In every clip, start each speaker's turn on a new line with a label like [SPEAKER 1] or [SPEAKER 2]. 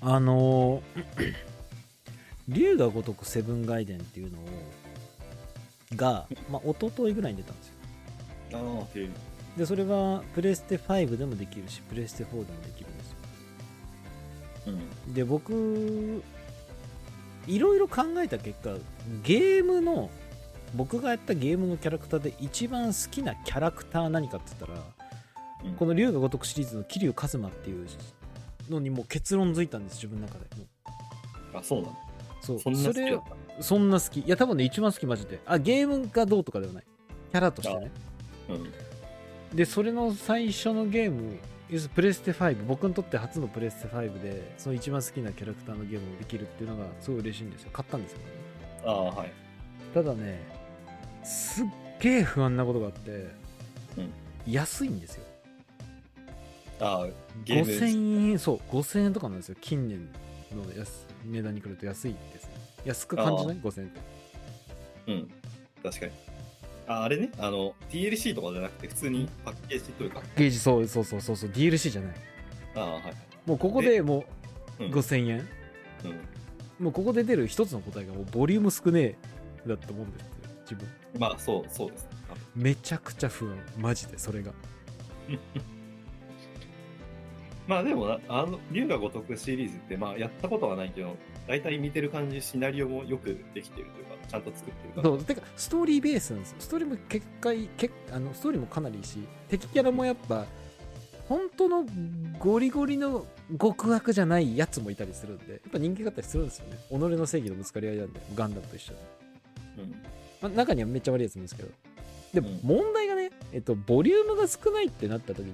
[SPEAKER 1] あのー 竜が如くセブンガイデンっていうのをが、まあ、一昨日ぐらいに出たんですよ
[SPEAKER 2] ああ、へえ。
[SPEAKER 1] でそれはプレステ5でもできるしプレステ4でもできるんですよ
[SPEAKER 2] うん。
[SPEAKER 1] で僕いろいろ考えた結果ゲームの僕がやったゲームのキャラクターで一番好きなキャラクター何かって言ったら
[SPEAKER 2] うん
[SPEAKER 1] この龍が如くシリーズの桐生一馬っていうのにもう結論づいたんです自分の中でも
[SPEAKER 2] あ、そうなの。
[SPEAKER 1] うそう
[SPEAKER 2] そんな好き
[SPEAKER 1] れ
[SPEAKER 2] だっ
[SPEAKER 1] をそんな好きいや多分ね一番好きマジであゲームがどうとかではないキャラとしてね
[SPEAKER 2] た。うん。
[SPEAKER 1] でそれの最初のゲーム要するにプレステ5僕にとって初のプレステ5でその一番好きなキャラクターのゲームをできるっていうのがすごい嬉しいんですよ買ったんですけどね
[SPEAKER 2] ああ、はい。
[SPEAKER 1] ただねすっげえ不安なことがあって、
[SPEAKER 2] うん
[SPEAKER 1] 安いんですよ
[SPEAKER 2] ああ、ゲーム
[SPEAKER 1] 5000円そう5000円とかなんですよ近年の安値段に比べると安いですね安く感じない5000円って
[SPEAKER 2] うん。確かに。あ、あれね、あの、DLC とかじゃなくて、普通にパッケージというか。
[SPEAKER 1] ゲージそうそうそうそうそう DLC じゃない
[SPEAKER 2] ああ、はい。
[SPEAKER 1] もうここでもう
[SPEAKER 2] うん。
[SPEAKER 1] 5000円、
[SPEAKER 2] うん
[SPEAKER 1] もうここで出る一つの答えがもうボリューム少ねえだと思うんですよ自分
[SPEAKER 2] まあ、そう、そうです。あ
[SPEAKER 1] めちゃくちゃ不安マジでそれが
[SPEAKER 2] まあでもな、あの、龍が如くシリーズって、まあ、やったことはないけど、大体見てる感じ、シナリオもよくできてるというか、ちゃんと作ってるから。
[SPEAKER 1] そうてかストーリーベースなんですよストーリーも結界けあのストーリーもかなりいいし敵キャラもやっぱ本当のゴリゴリの極悪じゃないやつもいたりするんでやっぱ人気があったりするんですよね己の正義のぶつかり合いなんでガンダムと一緒に、
[SPEAKER 2] うん。
[SPEAKER 1] まあ、中にはめっちゃ悪いやつもいるんですけどでも
[SPEAKER 2] うん
[SPEAKER 1] 問題がね、えっと、ボリュームが少ないってなった時に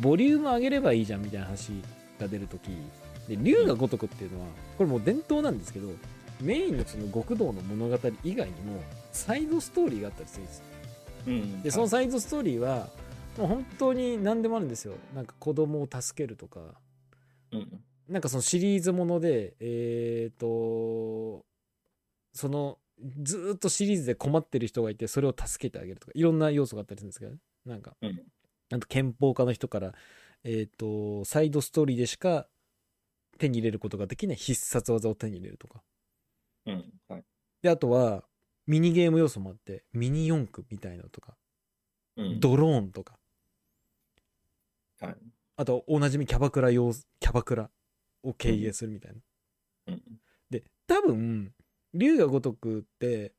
[SPEAKER 1] ボリューム上げればいいじゃんみたいな話が出る時で竜が如くっていうのはこれもう伝統なんですけどメインのその極道の物語以外にもサイドストーリーがあったりするんです
[SPEAKER 2] うん。
[SPEAKER 1] でその
[SPEAKER 2] はい
[SPEAKER 1] サイドストーリーはもう本当に何でもあるんですよなんか子供を助けるとか
[SPEAKER 2] うん。
[SPEAKER 1] なんかそのシリーズもので、えっ、と、その、ずーっとシリーズで困ってる人がいて、それを助けてあげるとか、いろんな要素があったりするんですけどね。なんか、
[SPEAKER 2] うん
[SPEAKER 1] あと憲法家の人から、えっ、と、サイドストーリーでしか手に入れることができない必殺技を手に入れるとか。
[SPEAKER 2] うん。はい。
[SPEAKER 1] で、あとは、ミニゲーム要素もあって、ミニ四駆みたいなのとか、
[SPEAKER 2] うん。
[SPEAKER 1] ドローンとか。
[SPEAKER 2] はい
[SPEAKER 1] あと、おなじみキャバクラ用、キャバクラを経営するみたいな。
[SPEAKER 2] うん。
[SPEAKER 1] で多分龍が如くって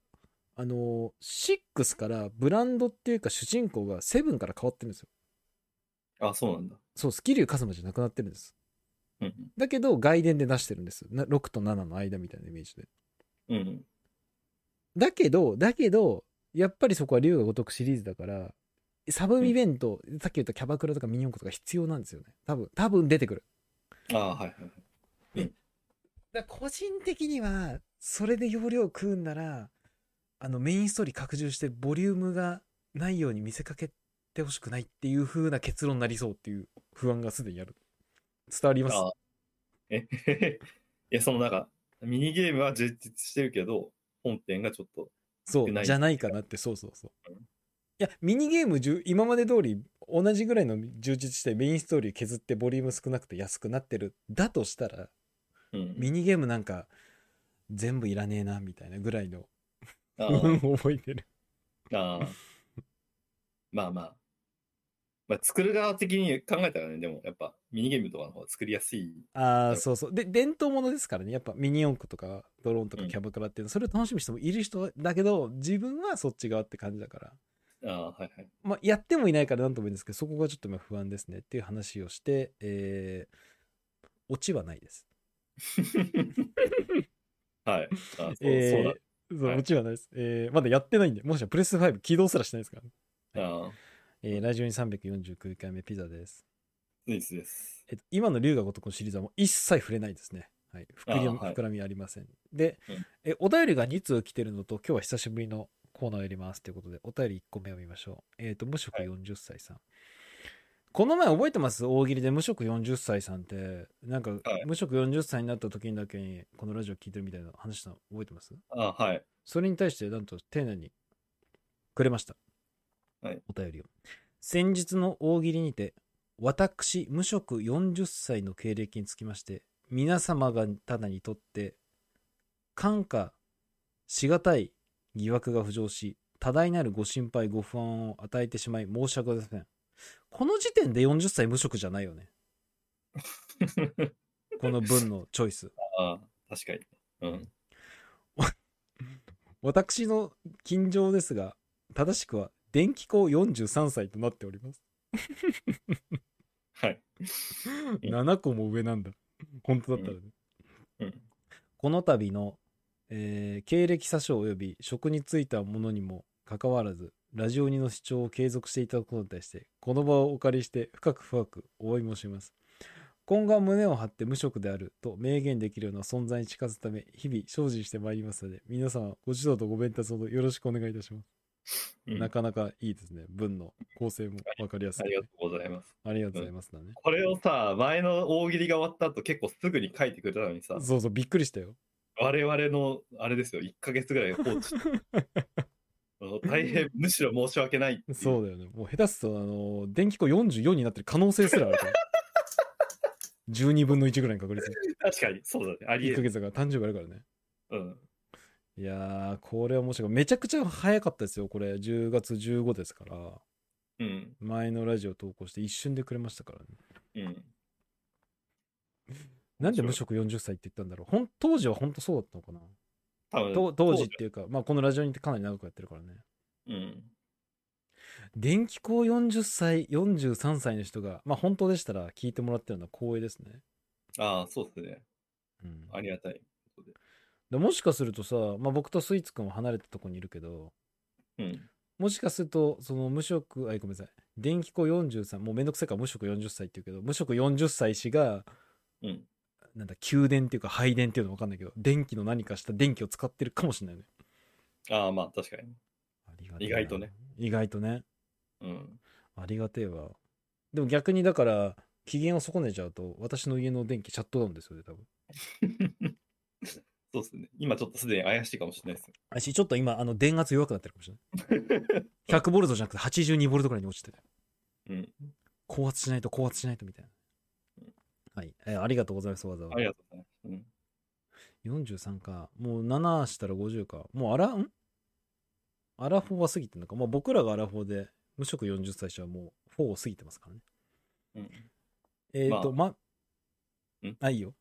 [SPEAKER 1] あの6からブランドっていうか主人公が7から変わってるんですよ
[SPEAKER 2] あ、そうなんだ。
[SPEAKER 1] そうスキリュウカズマじゃなくなってるんです
[SPEAKER 2] うん。
[SPEAKER 1] だけど外伝で出してるんですな6と7の間みたいなイメージで
[SPEAKER 2] うん。
[SPEAKER 1] だけどだけどやっぱりそこは龍が如くシリーズだからサブイベント、さっき言ったキャバクラとかミニ四駆とか必要なんですよね多分多分出てくる
[SPEAKER 2] ああ、はいはい。
[SPEAKER 1] だから個人的にはそれで容量食うんならあのメインストーリー拡充してボリュームがないように見せかけてほしくないっていう風な結論になりそうっていう不安がすでにある伝わります
[SPEAKER 2] ああえ いや、そのなんか、ミニゲームは充実してるけど、本編がちょっと、
[SPEAKER 1] そ
[SPEAKER 2] 少な
[SPEAKER 1] う
[SPEAKER 2] い
[SPEAKER 1] じゃないかなってそうそうそう
[SPEAKER 2] う
[SPEAKER 1] い
[SPEAKER 2] ん
[SPEAKER 1] やミニゲームじゅ今まで通り同じぐらいの充実してメインストーリー削ってボリューム少なくて安くなってるだとしたら
[SPEAKER 2] うん。
[SPEAKER 1] ミニゲームなんか全部いらねえなみたいなぐらいの不
[SPEAKER 2] あ
[SPEAKER 1] 安を覚えてる
[SPEAKER 2] あああ まあまあ。まあ、作る側的に考えたらね、でもやっぱミニゲームとかの方が作りやすい。
[SPEAKER 1] ああ、
[SPEAKER 2] うん
[SPEAKER 1] そうそう。で、伝統ものですからね。やっぱミニ四駆とか、ドローンとか
[SPEAKER 2] うん
[SPEAKER 1] キャバクラっていうの、それを楽しむ人もいる人だけど、自分はそっち側って感じだから。
[SPEAKER 2] ああ、はいはい。
[SPEAKER 1] まあ、やってもいないからなんとも言うんですけど、そこがちょっと今不安ですねっていう話をして、えー、オチはないです。
[SPEAKER 2] はい。ああそう
[SPEAKER 1] えー
[SPEAKER 2] そうだ。
[SPEAKER 1] そう、
[SPEAKER 2] はい
[SPEAKER 1] オチはないです。えー、まだやってないんで、もしかしたらプレス5起動すらしてないですからね、
[SPEAKER 2] ああ、
[SPEAKER 1] えー、ラジオに349回目ピザです。
[SPEAKER 2] ニースです。
[SPEAKER 1] えっと、今の龍が如くのシリーズはもう一切触れないですね。はい、膨らみ
[SPEAKER 2] あーはい
[SPEAKER 1] 膨らみありません。で、
[SPEAKER 2] うん
[SPEAKER 1] えお便りが2通来てるのと、今日は久しぶりのコーナーをやりますということで、お便り1個目を見ましょう。えっ、と、無職
[SPEAKER 2] はい
[SPEAKER 1] 40歳さん。この前覚えてます大喜利で無職40歳さんって、なんか
[SPEAKER 2] はい
[SPEAKER 1] 無職40歳になった時にだけにこのラジオ聞いてるみたいな話したの覚えてます
[SPEAKER 2] ああ、はい。
[SPEAKER 1] それに対してなんと丁寧にくれました、
[SPEAKER 2] はい
[SPEAKER 1] お便りを先日の大喜利にて私、無職40歳の経歴につきまして、皆様がただにとって、感化しがたい疑惑が浮上し、多大なるご心配、ご不安を与えてしまい、申し訳ございません。この時点で40歳無職じゃないよね。この文のチョイス。
[SPEAKER 2] ああ、確かに。うん。
[SPEAKER 1] 私の近情ですが、正しくは、電気工43歳となっております。
[SPEAKER 2] はい。うん
[SPEAKER 1] 7個も上なんだ。本当だったらね。
[SPEAKER 2] うん。
[SPEAKER 1] この度の、えー経歴詐称及び職に就いたものにもかかわらず、ラジオ2の主張を継続していただくことに対して、この場をお借りして深く深くお詫び申し上げます。今後は胸を張って無職であると明言できるような存在に近づくため、日々精進してまいりますので、皆様ご指導とご鞭達ほどよろしくお願いいたします。
[SPEAKER 2] うん
[SPEAKER 1] なかなかいいですね。文の構成もわかりやす
[SPEAKER 2] あ
[SPEAKER 1] い、
[SPEAKER 2] り
[SPEAKER 1] ね
[SPEAKER 2] がと。うございます。
[SPEAKER 1] ありがとうございますだね。
[SPEAKER 2] これをさ、前の大喜利が終わった後、結構すぐに書いてくれたのにさ、
[SPEAKER 1] そうそう、びっくりしたよ。
[SPEAKER 2] 我々の、あれですよ、1ヶ月ぐらい放置して。あ の大変、むしろ申し訳ないっていう
[SPEAKER 1] そうだよね。もう下手すと、あの、電気庫44になってる可能性すらあ るから。12分の1ぐらいの確率。
[SPEAKER 2] 確かに、そうだね。あり
[SPEAKER 1] 1
[SPEAKER 2] え
[SPEAKER 1] ヶ
[SPEAKER 2] る。
[SPEAKER 1] 月だから誕生日あるからね。
[SPEAKER 2] うん。
[SPEAKER 1] いやー、これは面白い。めちゃくちゃ早かったですよ。これ、10月15ですから。
[SPEAKER 2] うん。
[SPEAKER 1] 前のラジオ投稿して一瞬でくれましたからね。
[SPEAKER 2] うん。
[SPEAKER 1] なんで無職40歳って言ったんだろう。ほん当時は本当そうだったのかな。
[SPEAKER 2] 多分
[SPEAKER 1] と当時っていうか、まあこのラジオにてかなり長くやってるからね。
[SPEAKER 2] うん。
[SPEAKER 1] 電気工40歳、43歳の人が、まあ本当でしたら聞いてもらってるのは光栄ですね。
[SPEAKER 2] ああ、そうですね。
[SPEAKER 1] うん、
[SPEAKER 2] ありがたい。
[SPEAKER 1] でもしかするとさ、まあ、僕とスイーツくんは離れたとこにいるけど、
[SPEAKER 2] うん。も
[SPEAKER 1] もしかすると、その無職、あ、ごめんなさい。電気工43、もうめんどくさいから無職40歳って言うけど、無職40歳氏が、
[SPEAKER 2] うん。
[SPEAKER 1] なんだ、給電っていうか配電っていうのわかんないけど、電気の何かした電気を使ってるかもしれないね。
[SPEAKER 2] ああ、まあ、確かに。
[SPEAKER 1] ありがてえ
[SPEAKER 2] 意
[SPEAKER 1] な
[SPEAKER 2] 外とね。
[SPEAKER 1] 意外とね。
[SPEAKER 2] うん。
[SPEAKER 1] ありがてえわ。でも逆にだから、機嫌を損ねちゃうと、私の家の電気シャットダウンですよね、多分。
[SPEAKER 2] そうですね。今ちょっとすでに怪しいかもしれないです。
[SPEAKER 1] あし、ちょっと今、あの、電圧弱くなってるかもしれ ない。100ボルトじゃなくて82ボルトくらいに落ちてて。
[SPEAKER 2] うん。
[SPEAKER 1] 高圧しないと高圧しないとみたいな。はい、えーありがとうございます、わざわ
[SPEAKER 2] ありがとうございます。うん。
[SPEAKER 1] ざ。43か。もう7したら50か。もうあら、んアラフォーは過ぎてんのか。まあ僕らがアラフォーで、無職40歳者はもう4を過ぎてますからね。
[SPEAKER 2] うん
[SPEAKER 1] えっ、ー、と、ま、
[SPEAKER 2] ん
[SPEAKER 1] あ、いいよ。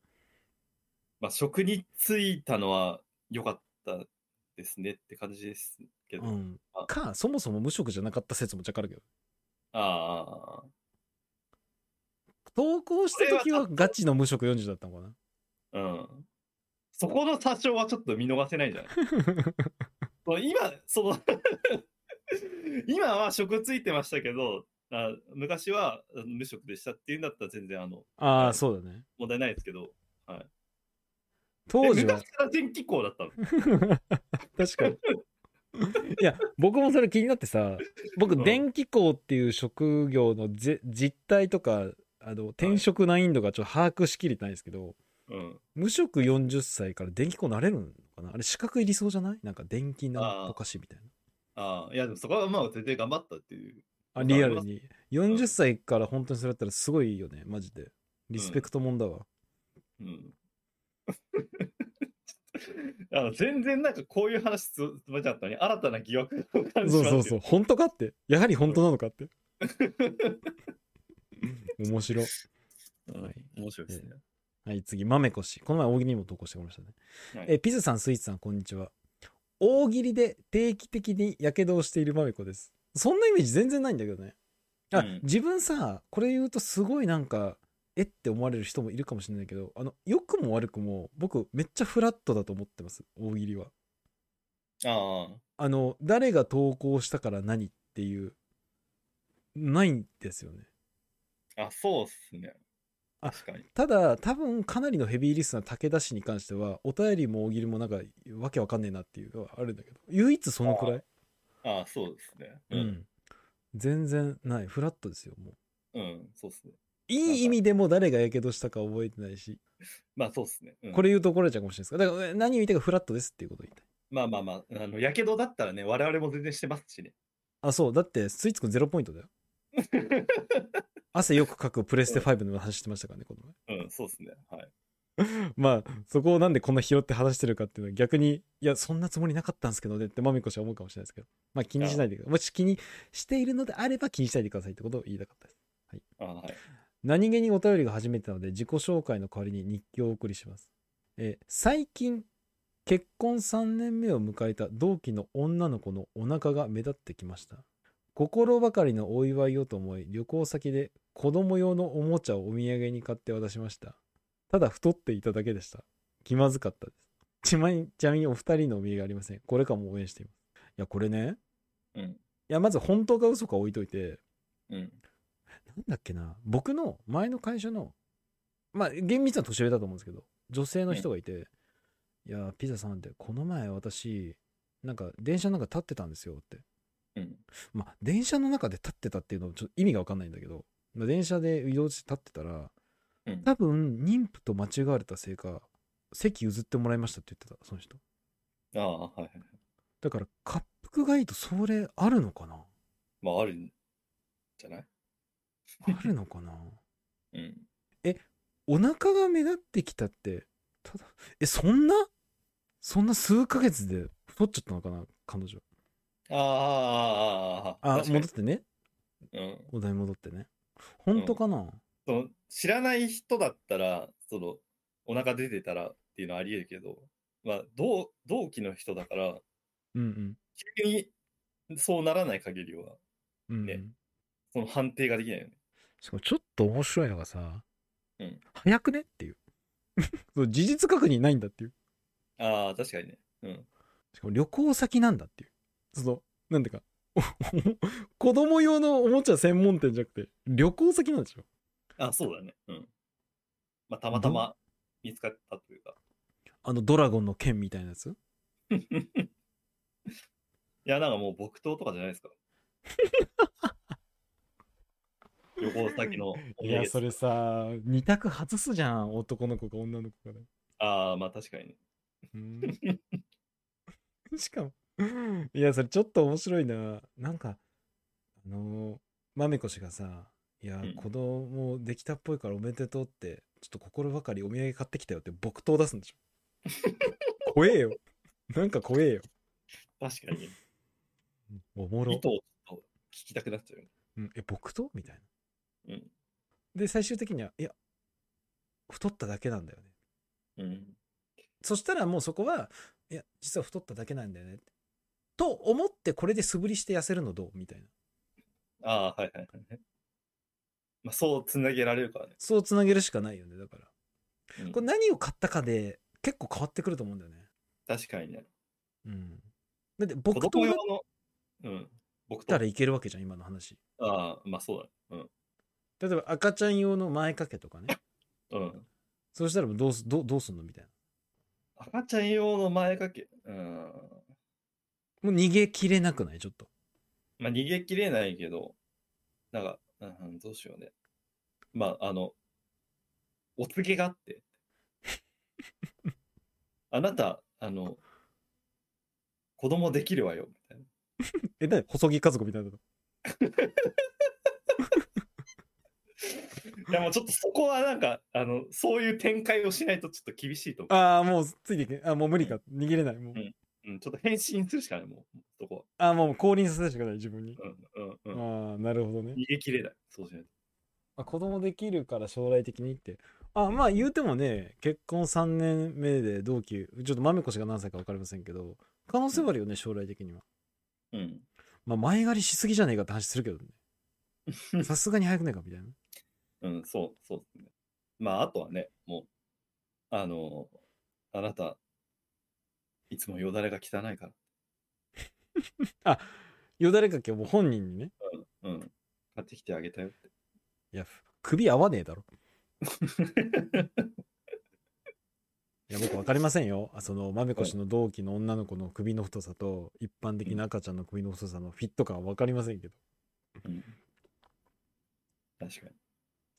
[SPEAKER 2] まあ、職に就いたのは良かったですねって感じですけど。
[SPEAKER 1] うん
[SPEAKER 2] あ。
[SPEAKER 1] か、そもそも無職じゃなかった説も若干あるけど。
[SPEAKER 2] ああ、
[SPEAKER 1] 投稿した時はガチの無職40だったのかな。
[SPEAKER 2] うん。そこの多少はちょっと見逃せない んじゃないそう今、その、今は職ついてましたけど、あ昔はあの無職でしたっていうんだったら全然あの
[SPEAKER 1] あ
[SPEAKER 2] は
[SPEAKER 1] あ、
[SPEAKER 2] い
[SPEAKER 1] そうだね。
[SPEAKER 2] 問題ないですけど、
[SPEAKER 1] 当時
[SPEAKER 2] え
[SPEAKER 1] は
[SPEAKER 2] 昔。から電気工だったの。
[SPEAKER 1] 確かに。いや、僕もそれ気になってさ、僕、
[SPEAKER 2] うん
[SPEAKER 1] 電気工っていう職業のぜ実態とか、あの、転職難易度がちょっと把握しきれてないんですけど、
[SPEAKER 2] うん。
[SPEAKER 1] 無職40歳から電気工なれるのかなあれ、資格いりそうじゃないなんか電気なんとかしみたいな。
[SPEAKER 2] ああ、いや、でもそこはまあ全然頑張ったっていう。
[SPEAKER 1] あ、
[SPEAKER 2] あ
[SPEAKER 1] リアルに。40歳から本当にそれだったらすごいよね、マジで。リスペクトもんだわ。
[SPEAKER 2] うん。 あの全然なんかこういう話つまっちゃったのに新たな疑惑を感じ
[SPEAKER 1] そう
[SPEAKER 2] ます
[SPEAKER 1] そう
[SPEAKER 2] よ
[SPEAKER 1] そう、本当かって。やはり本当なのかって。 面白。
[SPEAKER 2] うん面白いですね。
[SPEAKER 1] はい、次、豆こし。この前大喜利にも投稿してくれましたね。
[SPEAKER 2] はい
[SPEAKER 1] え、ピズさん、スイーツさん、こんにちは。大喜利で定期的に火傷をしている豆子です。そんなイメージ全然ないんだけどね。あ、
[SPEAKER 2] うん
[SPEAKER 1] 自分さ、これ言うとすごいなんか、えって思われる人もいるかもしれないけど、あの、良くも悪くも、僕、めっちゃフラットだと思ってます、大喜利は。
[SPEAKER 2] ああ。
[SPEAKER 1] あの、誰が投稿したから何っていう、ないんですよね。
[SPEAKER 2] あ、そうっすね。
[SPEAKER 1] あ
[SPEAKER 2] 確かに。
[SPEAKER 1] ただ多分かなりのヘビーリスナー武田氏に関してはお便りも大喜利もなんかわけわかんねえなっていうのはあるんだけど唯一そのくらい
[SPEAKER 2] ああ、そうですね。
[SPEAKER 1] う。ん全然ないフラットですよもう
[SPEAKER 2] うん、そうっすね。
[SPEAKER 1] いい意味でも誰がやけどしたか覚えてないし
[SPEAKER 2] まあ、そうっすね。うん
[SPEAKER 1] これ言うと怒られちゃうかもしれないですからだから何を言いたいかフラットですっていうことを言いたい
[SPEAKER 2] まあまあまあ、あの、やけどだったらね、我々も全然してますしね。
[SPEAKER 1] あそうだってスイーツくんゼロポイントだよ汗よくかくプレステ5の話してましたからね、この
[SPEAKER 2] うん、そうですね。はい。
[SPEAKER 1] 前。 まあ、そこをなんでこんな拾って話してるかっていうのは逆に、いや、そんなつもりなかったんですけどねって、まみこ氏は思うかもしれないですけど、まあ気にしないでください。もし気にしているのであれば気にしないでくださいってことを言いたかったです。
[SPEAKER 2] あはい。
[SPEAKER 1] 何気にお便りが初めてなので自己紹介の代わりに日記をお送りします。えー最近結婚3年目を迎えた同期の女の子のお腹が目立ってきました。心ばかりのお祝いをと思い旅行先で子供用のおもちゃをお土産に買って渡しました。ただ太っていただけでした。気まずかったです。ちまいちなみにお二人のお土産ありません。これからも応援しています。いや、これね。
[SPEAKER 2] うん。
[SPEAKER 1] いや、まず本当か嘘か置いといて、
[SPEAKER 2] うん。
[SPEAKER 1] なんだっけな僕の前の会社のまあ厳密な年上だと思うんですけど女性の人がいて「いやーピザさん」ってこの前私なんか電車の中立ってたんですよって
[SPEAKER 2] うん。
[SPEAKER 1] まあ電車の中で立ってたっていうのはちょっと意味が分かんないんだけど、まあ、電車で移動して立ってたら
[SPEAKER 2] うん
[SPEAKER 1] 多分妊婦と間違われたせいか席譲ってもらいましたって言ってたその人
[SPEAKER 2] ああ、はいはい。
[SPEAKER 1] だから滑腹がいいとそれあるのかな
[SPEAKER 2] まあ、あるんじゃない
[SPEAKER 1] あるのかな
[SPEAKER 2] うん。
[SPEAKER 1] お腹が目立ってきたって、ただ、え、そんなそんな数ヶ月で太っちゃったのかな彼女。
[SPEAKER 2] ああ、ああ、ああ。
[SPEAKER 1] あ、
[SPEAKER 2] 確か
[SPEAKER 1] 戻
[SPEAKER 2] に
[SPEAKER 1] ってね。
[SPEAKER 2] うん。
[SPEAKER 1] お題戻ってね。本当かな、
[SPEAKER 2] その知らない人だったら、その、お腹出てたらっていうのはあり得るけど、まあ、同、同期の人だから、
[SPEAKER 1] うん、うん
[SPEAKER 2] 急にそうならない限りは、
[SPEAKER 1] うんうん。
[SPEAKER 2] ねその判定ができないよね。
[SPEAKER 1] しかもちょっと面白いのがさ、
[SPEAKER 2] うん
[SPEAKER 1] 早くねっていう。 そう事実確認ないんだっていう。
[SPEAKER 2] ああ、確かにね。うん。
[SPEAKER 1] しかも旅行先なんだっていう。その、なんていうか、お お子供用のおもちゃ専門店じゃなくて、旅行先なんでしょ
[SPEAKER 2] あ、そうだね。うん。まあ、たまたま見つかったというか。
[SPEAKER 1] あのドラゴンの剣みたいなやつ。
[SPEAKER 2] いや、なんかもう木刀とかじゃないで すか。旅行先のお土
[SPEAKER 1] い
[SPEAKER 2] 産
[SPEAKER 1] や、それさ、二択外すじゃん、男の子か女の子か
[SPEAKER 2] ああ、まあ確かにね。
[SPEAKER 1] で。しかも、いや、それちょっと面白いな。なんか、あのー、まめこ氏がさ、いや
[SPEAKER 2] うん、
[SPEAKER 1] 子供できたっぽいからおめでとうって、ちょっと心ばかりお土産買ってきたよって木刀出すんでしょ。 怖えよ。なんか怖えよ。
[SPEAKER 2] 確かに。
[SPEAKER 1] おもろ。
[SPEAKER 2] 糸をちょっと聞きたくなっちゃうよね。
[SPEAKER 1] うん、え、木刀みたいな。
[SPEAKER 2] うん。
[SPEAKER 1] で、最終的には、いや、太っただけなんだよね。
[SPEAKER 2] うん。
[SPEAKER 1] そしたらもうそこは、いや、実は太っただけなんだよね。と思ってこれで素振りして痩せるのどうみたいな。
[SPEAKER 2] ああ、はいはいはいはい。まあそうつなげられるからね。
[SPEAKER 1] そうつなげるしかないよね、だから。
[SPEAKER 2] うん
[SPEAKER 1] これ何を買ったかで結構変わってくると思うんだよね。
[SPEAKER 2] 確かにね。
[SPEAKER 1] うん。だって
[SPEAKER 2] 子
[SPEAKER 1] 僕と
[SPEAKER 2] 供
[SPEAKER 1] だっ
[SPEAKER 2] 用の、うん。僕
[SPEAKER 1] た
[SPEAKER 2] と
[SPEAKER 1] ら。いけるわけじゃん、今の話。
[SPEAKER 2] ああ、まあそうだね。
[SPEAKER 1] 例えば赤ちゃん用の前掛けとかね。
[SPEAKER 2] うん。うん。
[SPEAKER 1] そうしたらどうす、どうどうすんのみたいな。
[SPEAKER 2] 赤ちゃん用の前掛け。うん。
[SPEAKER 1] もう逃げきれなくないちょっと。
[SPEAKER 2] まあ、逃げ切れないけど、なんか、うん、どうしようね。まあ、あの、お告げがあ って。あなた、あの、子供できるわよ、みたいな。
[SPEAKER 1] え、なに細木家族みたいなの。
[SPEAKER 2] いや、もうちょっとそこはなんか、あの、そういう展開をしないとちょっと厳しいと思
[SPEAKER 1] ああ、もうついていけん。あーもう無理か。逃げれない。もう
[SPEAKER 2] う。んう。うん、ちょっと変身するしかない、もう、そこ
[SPEAKER 1] ああ、もう降臨させるしかない、自分に。
[SPEAKER 2] は。うん、うん、うん。
[SPEAKER 1] ああ、なるほどね。
[SPEAKER 2] 逃げ切れない。そうしないと。
[SPEAKER 1] あ子供できるから将来的にってあまあ言うてもね結婚3年目で同期ちょっとまめこ氏が何歳か分かりませんけど可能性はあるよね将来的には
[SPEAKER 2] うん。
[SPEAKER 1] まあ前借りしすぎじゃねえかって話するけどねさすがに早くねえかみたいな
[SPEAKER 2] うん、そう、そうですね。まあ、あとはね、もう、あの、あなた、いつもよだれが汚いから。
[SPEAKER 1] よだれかけもう本人にね
[SPEAKER 2] うん。買ってきてあげたよ って。
[SPEAKER 1] いや首合わねえだろいや僕分かりませんよあそのまめこ氏の同期の女の子の首の太さと一般的な赤ちゃんの首の太さのフィット感は分かりませんけど
[SPEAKER 2] うん確かに。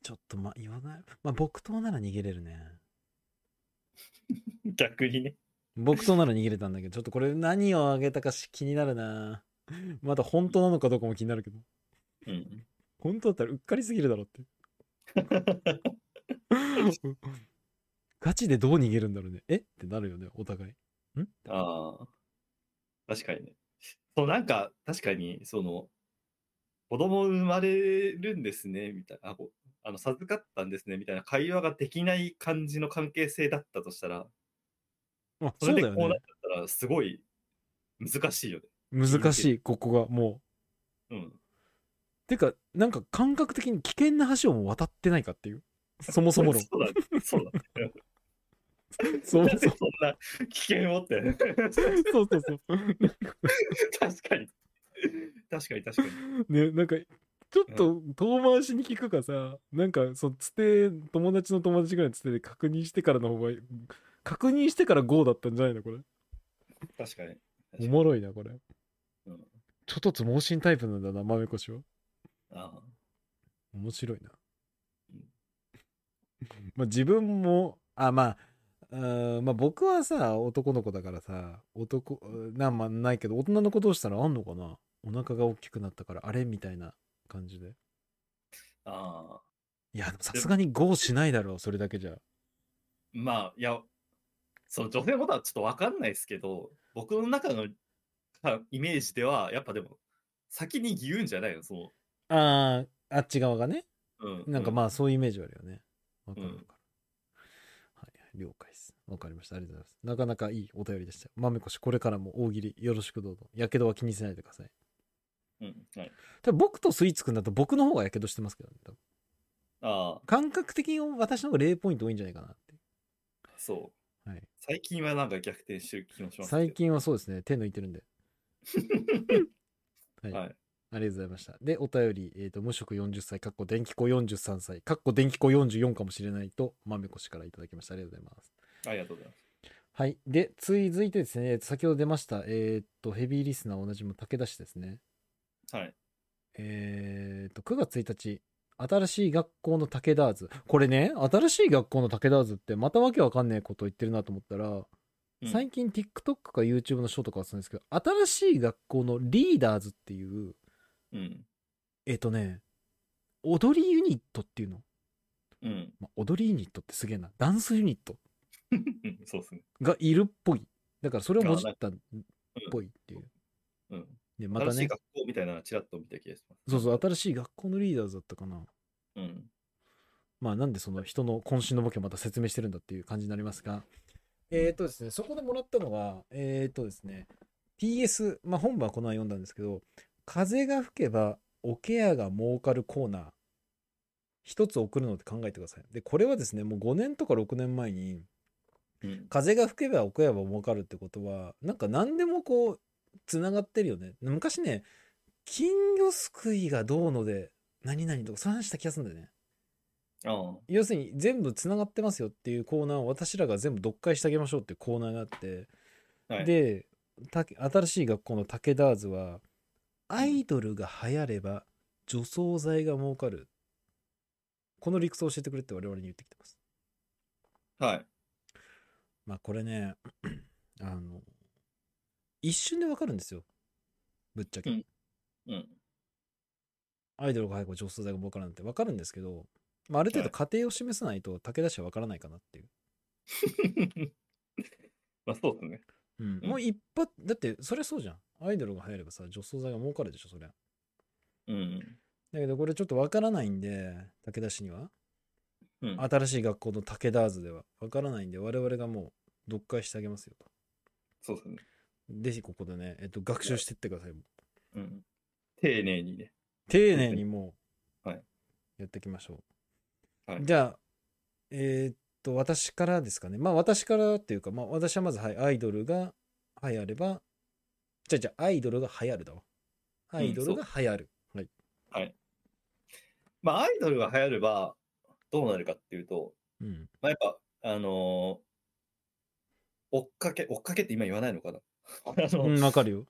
[SPEAKER 1] ちょっとまあ言わないまあ木刀なら逃げれるね
[SPEAKER 2] 逆にね。
[SPEAKER 1] 僕となら逃げれたんだけど、ちょっとこれ何 をあげたかし気になるなまだ本当なのかどうかも気になるけど。
[SPEAKER 2] うん。
[SPEAKER 1] 本当だったらうっかりすぎるだろって。ガチでどう逃げるんだろうね。えってなるよね、お互い。
[SPEAKER 2] ああ。確かにね。そう、なんか、確かに、その、子供生まれるんですね、みたいな、あ、こあの、授かったんですね、みたいな会話ができない感じの関係性だったとしたら、
[SPEAKER 1] あ、
[SPEAKER 2] そ
[SPEAKER 1] そう
[SPEAKER 2] れ
[SPEAKER 1] だ
[SPEAKER 2] で
[SPEAKER 1] よ
[SPEAKER 2] こうなっちゃ
[SPEAKER 1] ね。
[SPEAKER 2] ったら、すごい難しいよね。
[SPEAKER 1] 難しい、ここが。も
[SPEAKER 2] うん。
[SPEAKER 1] う。てか、なんか感覚的に危険な橋をもう渡ってないかっていう。そもそも論。
[SPEAKER 2] そうだね。そうだね。
[SPEAKER 1] そも
[SPEAKER 2] なん
[SPEAKER 1] そ
[SPEAKER 2] で
[SPEAKER 1] も
[SPEAKER 2] そんな危険をって。
[SPEAKER 1] そうそうそう。
[SPEAKER 2] 確かに。確かに、確かに。
[SPEAKER 1] ね、なんか、ちょっと遠回しに聞くかさ、なんか、そう、つて、友達の友達ぐらいのつてで確認してからの方がいい、確認してから GO だったんじゃないのこれ。
[SPEAKER 2] 確かに。
[SPEAKER 1] おもろいな、これ。
[SPEAKER 2] うん
[SPEAKER 1] ちょっとつ盲信タイプなんだな、豆こしは。
[SPEAKER 2] ああ。
[SPEAKER 1] 面白いな
[SPEAKER 2] うん。
[SPEAKER 1] まあ自分も、あ、まあ、うーんまあ僕はさ、男の子だからさ、男、なんまあないけど、大人の子どうしたらあんのかなお腹が大きくなったから、あれみたいな感じで。
[SPEAKER 2] ああ。
[SPEAKER 1] いや、でもさすがに GO しないだろう、それだけじゃ。
[SPEAKER 2] まあ、いや、その女性のことはちょっとわかんないですけど、僕の中のかイメージでは、やっぱでも、先に言うんじゃないのその、
[SPEAKER 1] ああ、あっち側がね。
[SPEAKER 2] うん。
[SPEAKER 1] なんか
[SPEAKER 2] あ、
[SPEAKER 1] まあそういうイメージはあるよね。わかる
[SPEAKER 2] う
[SPEAKER 1] わ
[SPEAKER 2] ん
[SPEAKER 1] かる。はいはい、了解です。わかりました。ありがとうございます。なかなかいいお便りでした。豆こし、これからも大喜利よろしくどうぞ。やけどは気にしないでください。
[SPEAKER 2] うん。はい、
[SPEAKER 1] ただ僕とスイーツくんだと僕の方がやけどしてますけどね。多分
[SPEAKER 2] あ
[SPEAKER 1] 感覚的に私の方が0ポイント多いんじゃないかなって。
[SPEAKER 2] あ、そう。
[SPEAKER 1] はい、
[SPEAKER 2] 最近はなんか逆転してる気もしますけど。
[SPEAKER 1] 最近はそうですね。手抜いて るんで。はい。
[SPEAKER 2] はい。
[SPEAKER 1] ありがとうございました。で、お便り、えっ、と、無職40歳、かっこ電気子43歳、かっこ電気子44かもしれないと、豆こしからいただきました。ありがとうございます。
[SPEAKER 2] ありがとうございます。
[SPEAKER 1] はい。で、続いてですね、先ほど出ました、えーっと、ヘビーリスナーおなじみの武田氏ですね。
[SPEAKER 2] はい。
[SPEAKER 1] えーっと、9月1日、新しい学校の武田図。これね、新しい学校の武田図って、またわけわかんねえこと言ってるなと思ったら、
[SPEAKER 2] うん
[SPEAKER 1] 最近 TikTok か YouTube のショートかはするんですけど、新しい学校のリーダーズっていう、
[SPEAKER 2] うん。
[SPEAKER 1] えーっとね、踊りユニットっていうの。
[SPEAKER 2] うん。
[SPEAKER 1] まあ踊りユニットってすげえな。ダンスユニット
[SPEAKER 2] うんそうですね。
[SPEAKER 1] がいるっぽい。だからそれをもじったっぽいっていう。
[SPEAKER 2] うん。
[SPEAKER 1] ね、また
[SPEAKER 2] 新しい
[SPEAKER 1] ね。
[SPEAKER 2] 学校みたいなのちらっと見た気がします。
[SPEAKER 1] そうそう、新しい学校のリーダーズだったかな。
[SPEAKER 2] うん。
[SPEAKER 1] まあ、なんでその人の渾身のボケをまた説明してるんだっていう感じになりますが、えっ、ー、とですね、そこでもらったのが、えっ、ー、とですね、PS、まあ本番はこの前読んだんですけど、風が吹けばおケアが儲かるコーナー、一つ送るのって考えてください。で、これはですね、もう5年とか6年前に、
[SPEAKER 2] うん。
[SPEAKER 1] 風が吹けばおけば儲かるってことはなんか何でもこうつながってるよね昔ね金魚すくいがどうので何々とかそういう話した気がするんだよね
[SPEAKER 2] ああ。
[SPEAKER 1] 要するに全部つながってますよっていうコーナーを私らが全部読解してあげましょうっていうコーナーがあって、
[SPEAKER 2] はい。
[SPEAKER 1] でた新しい学校の武田ーズはアイドルが流行れば除草剤が儲かるこの理屈を教えてくれって我々に言ってきてます
[SPEAKER 2] はい。
[SPEAKER 1] まあこれね、 あの、一瞬でわかるんですよ。ぶっちゃけ。
[SPEAKER 2] うんうん。
[SPEAKER 1] アイドルが早く上層剤が儲かるなんてわかるんですけど、まあある程度
[SPEAKER 2] はい
[SPEAKER 1] 過程を示さないと武田氏はわからないかなっていう。
[SPEAKER 2] まあ、そうですね。
[SPEAKER 1] うん
[SPEAKER 2] うん
[SPEAKER 1] もう一発、だってそりゃそうじゃん。アイドルが流行ればさ、女装剤が儲かるでしょ、そりゃ。
[SPEAKER 2] うん。
[SPEAKER 1] だけどこれちょっとわからないんで、武田氏には。
[SPEAKER 2] うん。
[SPEAKER 1] 新しい学校の武田図ではわからないんで、我々がもう読解してあげますよと。
[SPEAKER 2] そうですね。
[SPEAKER 1] ぜひここでね、えっと、学習してってください。
[SPEAKER 2] うん。丁寧にね。
[SPEAKER 1] 丁寧にもう
[SPEAKER 2] はい
[SPEAKER 1] やっていきましょう、
[SPEAKER 2] はい
[SPEAKER 1] じゃあえーっと私からですかねまあ私からっていうかまあ私はまずはいアイドルが流行ればじゃあじゃあアイドルが流行るだわアイドルが流行る、
[SPEAKER 2] まあ、アイドルが流行れば、どうなるかっていうと、
[SPEAKER 1] うん
[SPEAKER 2] まあ、やっぱ、あのー追っかけ、追っかけって今言わないのかなあ の、
[SPEAKER 1] うんわかるよ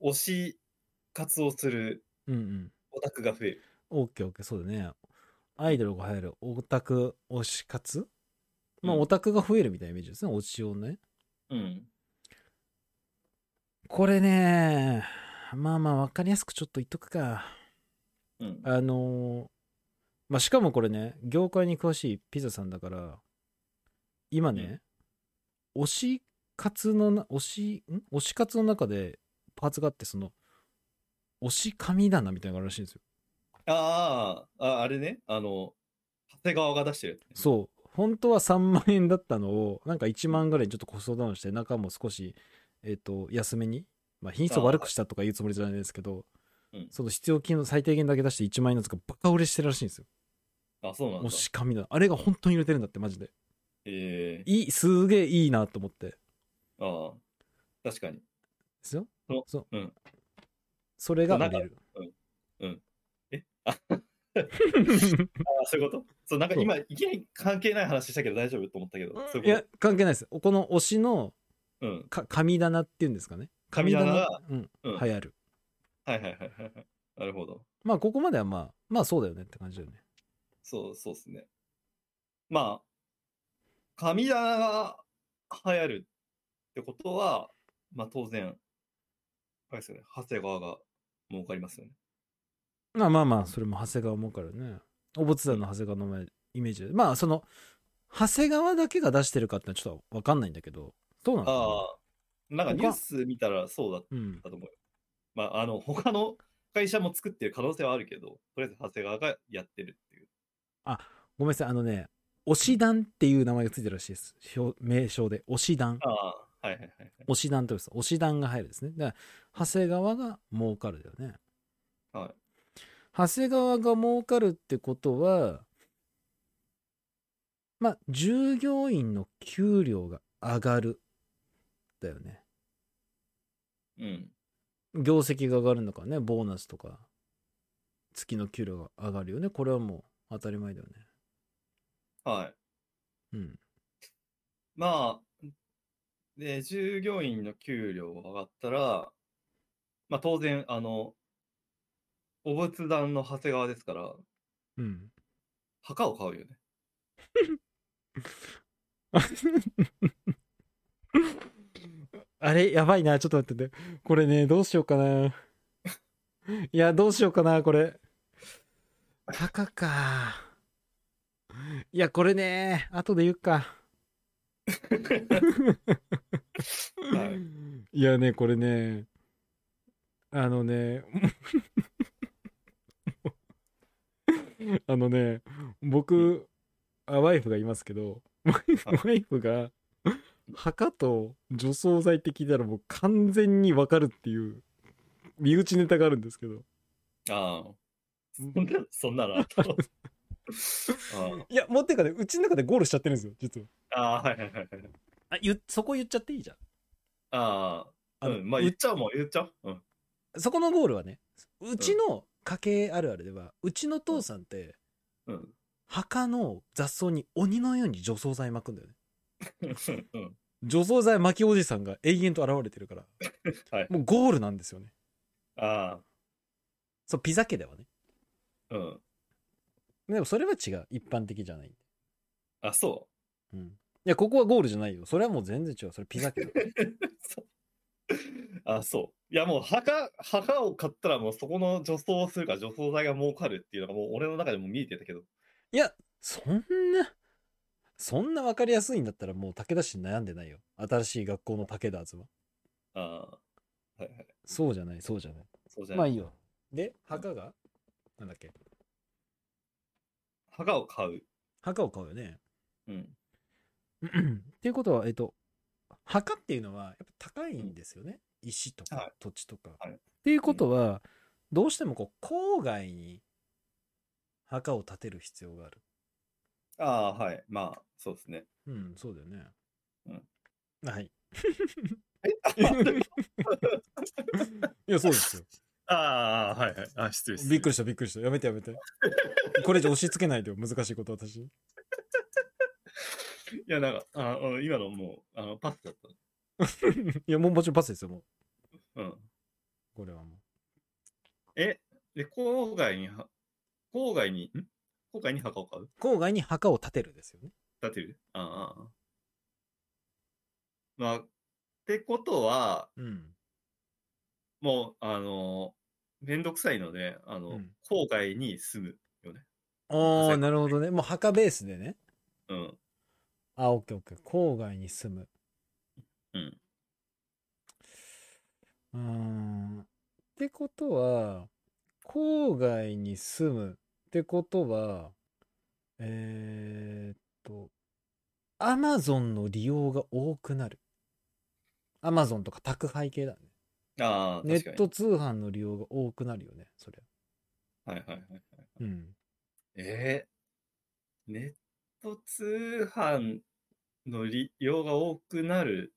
[SPEAKER 2] 推し活をする
[SPEAKER 1] うんうん
[SPEAKER 2] オタクが増える。
[SPEAKER 1] オッケーオッケーそうだねアイドルが流行るオタク推し活まあ
[SPEAKER 2] うん
[SPEAKER 1] オタクが増えるみたいなイメージですね推しをね
[SPEAKER 2] うん。
[SPEAKER 1] これねまあまあわかりやすくちょっと言っとくか
[SPEAKER 2] うん。
[SPEAKER 1] あのーまあ、しかもこれね、業界に詳しいピザさんだから、今ね、推し活のな、推し、ん推し活の中でパーツがあって、その、推し神棚みたいなのがあるらしいんですよ。
[SPEAKER 2] あーあ、あれね、あの、長谷川が出してるやつね、
[SPEAKER 1] そう。本当は3万円だったのを、なんか1万ぐらいにちょっとコストダウンして、中も少し、えっ、と、安めに、まあ、品質を悪くしたとか言うつもりじゃないですけど、
[SPEAKER 2] うん
[SPEAKER 1] その必要金の最低限だけ出して1万円のやつがバカ売れしてるらしいんですよ。
[SPEAKER 2] あ、そうなんだ
[SPEAKER 1] 推。し神棚。あれが本当に売れてるんだって、マジで。
[SPEAKER 2] ええ
[SPEAKER 1] いい、すげえいいなと思って。で
[SPEAKER 2] ああ。確かに。
[SPEAKER 1] すよ
[SPEAKER 2] そ
[SPEAKER 1] そうう。
[SPEAKER 2] ん
[SPEAKER 1] それが売れる。
[SPEAKER 2] え ああそういうことそう、なんか今、いきなり関係ない話したけど大丈夫と思ったけど。そう
[SPEAKER 1] い
[SPEAKER 2] いうこ
[SPEAKER 1] や、関係ないです。この推しの
[SPEAKER 2] とうん。
[SPEAKER 1] か神棚っていうんですかね。
[SPEAKER 2] 神棚が
[SPEAKER 1] 神
[SPEAKER 2] うん
[SPEAKER 1] 棚うん、流行る。
[SPEAKER 2] はいはいはいはいはい。なるほど。
[SPEAKER 1] まあ、ここまではまあ、まあそうだよねって感じだよね。
[SPEAKER 2] そう、そうですね。まあ、神棚が流行るってことは、まあ当然、あれですよね、長谷川が儲かりますよね。
[SPEAKER 1] まあまあまあ、それも長谷川もからね。お仏壇の長谷川の前イメージで。まあ、その、長谷川だけが出してるかってのはちょっとわかんないんだけど、どうなのかな
[SPEAKER 2] ああ、なんかニュース見たらそうだっ
[SPEAKER 1] うん。
[SPEAKER 2] たと思うよ。まあ、あの、他の会社も作ってる可能性はあるけど、とりあえず長谷川がやってるっていう。
[SPEAKER 1] ごめんなさい、あのね、推し団っていう名前がついてるらしいです。表名称で、推し団。
[SPEAKER 2] ああ、はいはいはいはい。
[SPEAKER 1] 押し団という押し団が入るですね。だから、長谷川が儲かるだよね。
[SPEAKER 2] はい
[SPEAKER 1] 長谷川が儲かるってことは、まあ、従業員の給料が上がる。だよね。
[SPEAKER 2] うん。
[SPEAKER 1] 業績が上がるのかね、ボーナスとか、月の給料が上がるよね。これはもう当たり前だよね。
[SPEAKER 2] はい。
[SPEAKER 1] うん。
[SPEAKER 2] まあ、で、従業員の給料が上がったら、まあ当然、あの、お仏壇の長谷川ですから、
[SPEAKER 1] うん。
[SPEAKER 2] 墓を買うよね。
[SPEAKER 1] あれやばいな。ちょっと待ってて。これね、どうしようかな。いや、どうしようかな、これ。高か。いや、これね、後で言うか。いやね、これね、あのね、 あのね、僕、あワイフがいますけど、ワイフが、墓と除草剤って聞いたらもう完全にわかるっていう、身内ネタがあるんですけど。
[SPEAKER 2] ああ。そんな、そんなのあ ったの
[SPEAKER 1] いや、もうっていうかね、うちの中でゴールしちゃってるんですよ、実は。
[SPEAKER 2] ああ、はいはいはいはい。
[SPEAKER 1] あ、ゆそこ言っちゃっていいじゃん。
[SPEAKER 2] ああ、
[SPEAKER 1] あ
[SPEAKER 2] う
[SPEAKER 1] の
[SPEAKER 2] ん。まあ言っちゃうもん、言っちゃう。うん。
[SPEAKER 1] そこのゴールはね、うちの家系あるあるでは、うちの父さんって、
[SPEAKER 2] うん。
[SPEAKER 1] 墓の雑草に鬼のように除草剤巻くんだよね
[SPEAKER 2] うん。
[SPEAKER 1] 除草剤巻きおじさんが永遠と現れてるから
[SPEAKER 2] はい。
[SPEAKER 1] もうゴールなんですよね
[SPEAKER 2] あ
[SPEAKER 1] そうピザ家ではね
[SPEAKER 2] あ、うん。
[SPEAKER 1] でもそれは違う一般的じゃない、
[SPEAKER 2] あ、そ
[SPEAKER 1] うん、いやここはゴールじゃないよそれはもう全然違うそれピザ家だ から
[SPEAKER 2] う。そうあ、そう。いや、もう墓、墓を買ったらもうそこの除草をするから除草剤が儲かるっていうのがもう俺の中でも見えてたけど。
[SPEAKER 1] いやそんなそんな分かりやすいんだったらもう武田氏悩んでないよ新しい学校の武田図は
[SPEAKER 2] ああ、はいはい。
[SPEAKER 1] そうじゃないそうじゃない
[SPEAKER 2] そうじゃ
[SPEAKER 1] ま
[SPEAKER 2] な
[SPEAKER 1] あ
[SPEAKER 2] い。
[SPEAKER 1] いいよで墓がなんだっけ
[SPEAKER 2] 墓を買う。
[SPEAKER 1] 墓を買うよね
[SPEAKER 2] うん。
[SPEAKER 1] うんっていうことは、えっと、墓っていうのはやっぱ高いんですよね。石と
[SPEAKER 2] はい
[SPEAKER 1] か土地とか。
[SPEAKER 2] はい
[SPEAKER 1] っていうことは、どうしてもこう郊外に墓を建てる必要がある。
[SPEAKER 2] ああ、はい。まあ、そうですね。
[SPEAKER 1] うん、そうだよね。はい。 いや、そうですよ。
[SPEAKER 2] ああ、はいはい。あ失礼
[SPEAKER 1] びっくりした、びっくりした。やめて、やめて。これ以上押し付けないでよ、難しいこと私。
[SPEAKER 2] り。いや、なんか、あうん今のもう、あの、パスだっ
[SPEAKER 1] いや、もうもちろんパスですよ、もう。
[SPEAKER 2] た。うん。
[SPEAKER 1] これはも
[SPEAKER 2] え、で、郊外には、郊外に、ん郊外に墓を買う
[SPEAKER 1] う。郊外に墓を建てるですよね。
[SPEAKER 2] 建てるああ。まあ、ってことは、
[SPEAKER 1] うん。
[SPEAKER 2] もう、あのめんどくさいので、あ
[SPEAKER 1] う
[SPEAKER 2] の、
[SPEAKER 1] ん
[SPEAKER 2] 郊外に住むよね。
[SPEAKER 1] あ
[SPEAKER 2] 朝
[SPEAKER 1] あ、
[SPEAKER 2] 日
[SPEAKER 1] なるほどね。もう墓ベースでね。
[SPEAKER 2] うん。
[SPEAKER 1] あ、オッケーオッケー。郊外に住む。
[SPEAKER 2] うん。
[SPEAKER 1] うーん。ってことは、郊外に住むってことは、えーっと、アマゾンの利用が多くなる。アマゾンとか宅配系だね。
[SPEAKER 2] ああ、
[SPEAKER 1] ネ
[SPEAKER 2] 確か
[SPEAKER 1] ット
[SPEAKER 2] に。
[SPEAKER 1] 通販の利用が多くなるよね、それ。
[SPEAKER 2] はいはいはいはい。
[SPEAKER 1] うん。
[SPEAKER 2] えー、ネット通販の利用が多くなる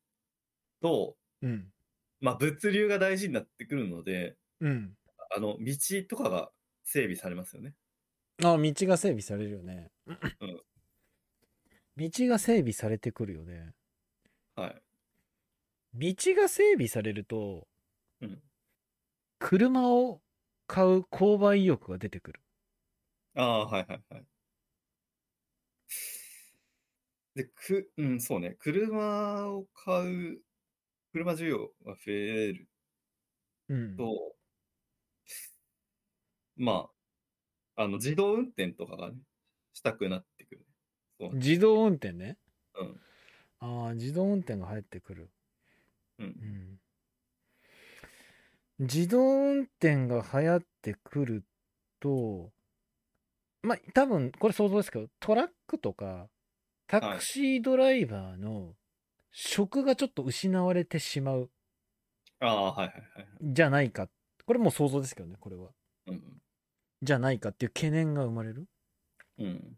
[SPEAKER 2] と、
[SPEAKER 1] うん。
[SPEAKER 2] まあ物流が大事になってくるので、
[SPEAKER 1] うん。
[SPEAKER 2] あの、道とかが整備されますよね。
[SPEAKER 1] あ、道が整備されるよね。
[SPEAKER 2] ん
[SPEAKER 1] 道が整備されてくるよね。
[SPEAKER 2] はい。
[SPEAKER 1] 道が整備されると、
[SPEAKER 2] うん
[SPEAKER 1] 車を買う購買意欲が出てくる。
[SPEAKER 2] ああ、はいはいはい。で、く、うん、そうね。車を買う、車需要が増える
[SPEAKER 1] うん。
[SPEAKER 2] と、まあ、あの、自動運転とかがね、したくなってくる。そう
[SPEAKER 1] 自動運転ね。
[SPEAKER 2] うん。
[SPEAKER 1] ああ、自動運転が入ってくる。
[SPEAKER 2] う。
[SPEAKER 1] うんん。自動運転が流行ってくると、まあ、多分、これ想像ですけど、トラックとか、タクシードライバーの職がちょっと失われてしまう
[SPEAKER 2] ああ、はいはいはいはい。
[SPEAKER 1] じゃないか。これもう想像ですけどね、これは。
[SPEAKER 2] うん。
[SPEAKER 1] じゃないかっていう懸念が生まれる。
[SPEAKER 2] うん。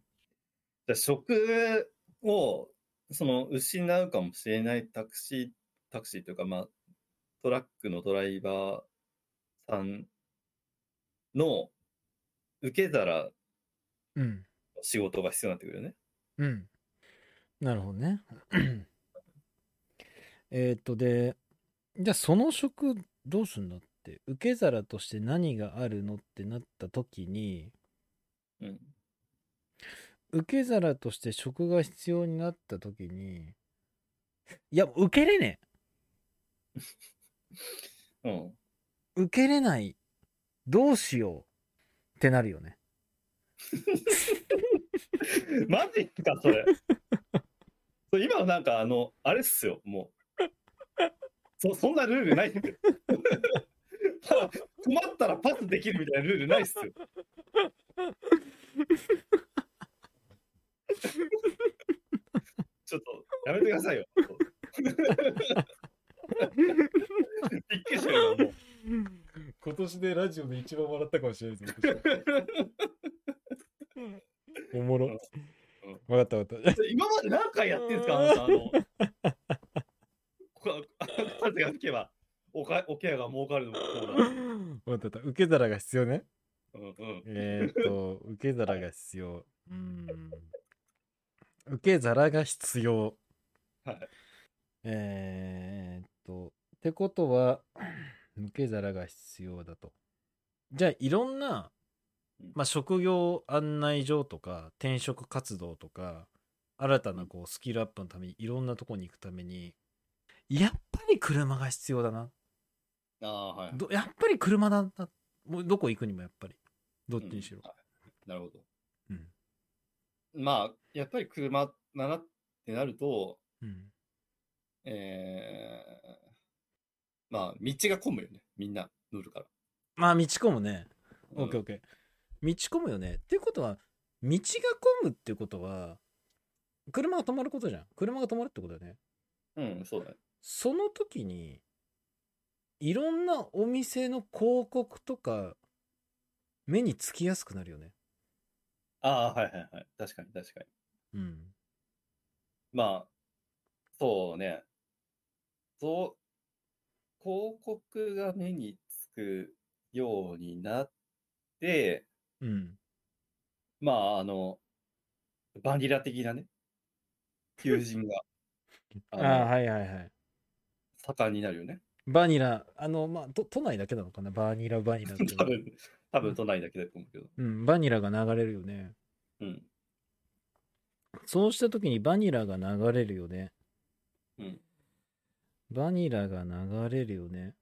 [SPEAKER 2] じゃあ職を、その、失うかもしれないタクシー、タクシーというか、まあ、トラックのドライバーさんの受け皿、
[SPEAKER 1] うん。
[SPEAKER 2] 仕事が必要になってくるよね。
[SPEAKER 1] うん。なるほどね。 えーっと、で、じゃあその職どうすんだって、受け皿として何があるのってなった時に、
[SPEAKER 2] うん。
[SPEAKER 1] 受け皿として職が必要になった時に、いや、受けれね
[SPEAKER 2] うん。
[SPEAKER 1] え。受けれない。どうしよう。ってなるよね。
[SPEAKER 2] マジか、それ。そう今のなんか、あの、あれっすよ、もう。そそんなルールない。ただ 困ったらパスできるみたいなルールないっすよ。ちょっとやめてくださいよ。びっくりしたよ、もう。
[SPEAKER 1] 今年でラジオで一番笑ったかもしれないです。おもろ。わかったわかった。
[SPEAKER 2] 今まで何回やってんすか、あなたあの。こあパスがつけば、おか、おケアが儲かるのもこうなる。
[SPEAKER 1] わかった。受け皿が必要ね。
[SPEAKER 2] うんうん。
[SPEAKER 1] えっと、受け皿が必要。うーん。受け皿が必要。
[SPEAKER 2] はい。
[SPEAKER 1] えーっと、ってことは、受け皿が必要だと。じゃあ、いろんな、まあ、職業案内所とか、転職活動とか、新たなこうスキルアップのために、いろんなとこに行くために、やっぱり車が必要だな。
[SPEAKER 2] ああ、はい。
[SPEAKER 1] どやっぱり車だな。もうどこ行くにもやっぱり。どっちにしろ。
[SPEAKER 2] うんはいなるほど。
[SPEAKER 1] うん。
[SPEAKER 2] まあ、やっぱり車だなってなると、
[SPEAKER 1] うん。
[SPEAKER 2] えー、まあ、道が混むよね。みんな乗るから。
[SPEAKER 1] まあ、道込むね。
[SPEAKER 2] うん
[SPEAKER 1] オッケーオッケー。道込むよね。っていうことは、道が混むっていうことは、車が止まることじゃん。車が止まるってことだよね。
[SPEAKER 2] うん、そうだね。
[SPEAKER 1] その時に、いろんなお店の広告とか、目につきやすくなるよね。
[SPEAKER 2] ああ、はいはいはい。確かに確かに。
[SPEAKER 1] うん。
[SPEAKER 2] まあ、そうね。そう、広告が目につくようになって、
[SPEAKER 1] うん。
[SPEAKER 2] まあ、あの、バニラ的なね、求 人が、
[SPEAKER 1] あ
[SPEAKER 2] あ
[SPEAKER 1] あ
[SPEAKER 2] の
[SPEAKER 1] ー、はいはいはい。
[SPEAKER 2] 盛んになる よね。
[SPEAKER 1] バニラ、あの、まあ、都都内だけなのかな。バニラ、バニラって。
[SPEAKER 2] 多分、多分都内だけだと思うけど。
[SPEAKER 1] うん、バニラが流れるよね。
[SPEAKER 2] うん。
[SPEAKER 1] そうした時にバニラが流れるよね。
[SPEAKER 2] うん。
[SPEAKER 1] バニラが流れるよね。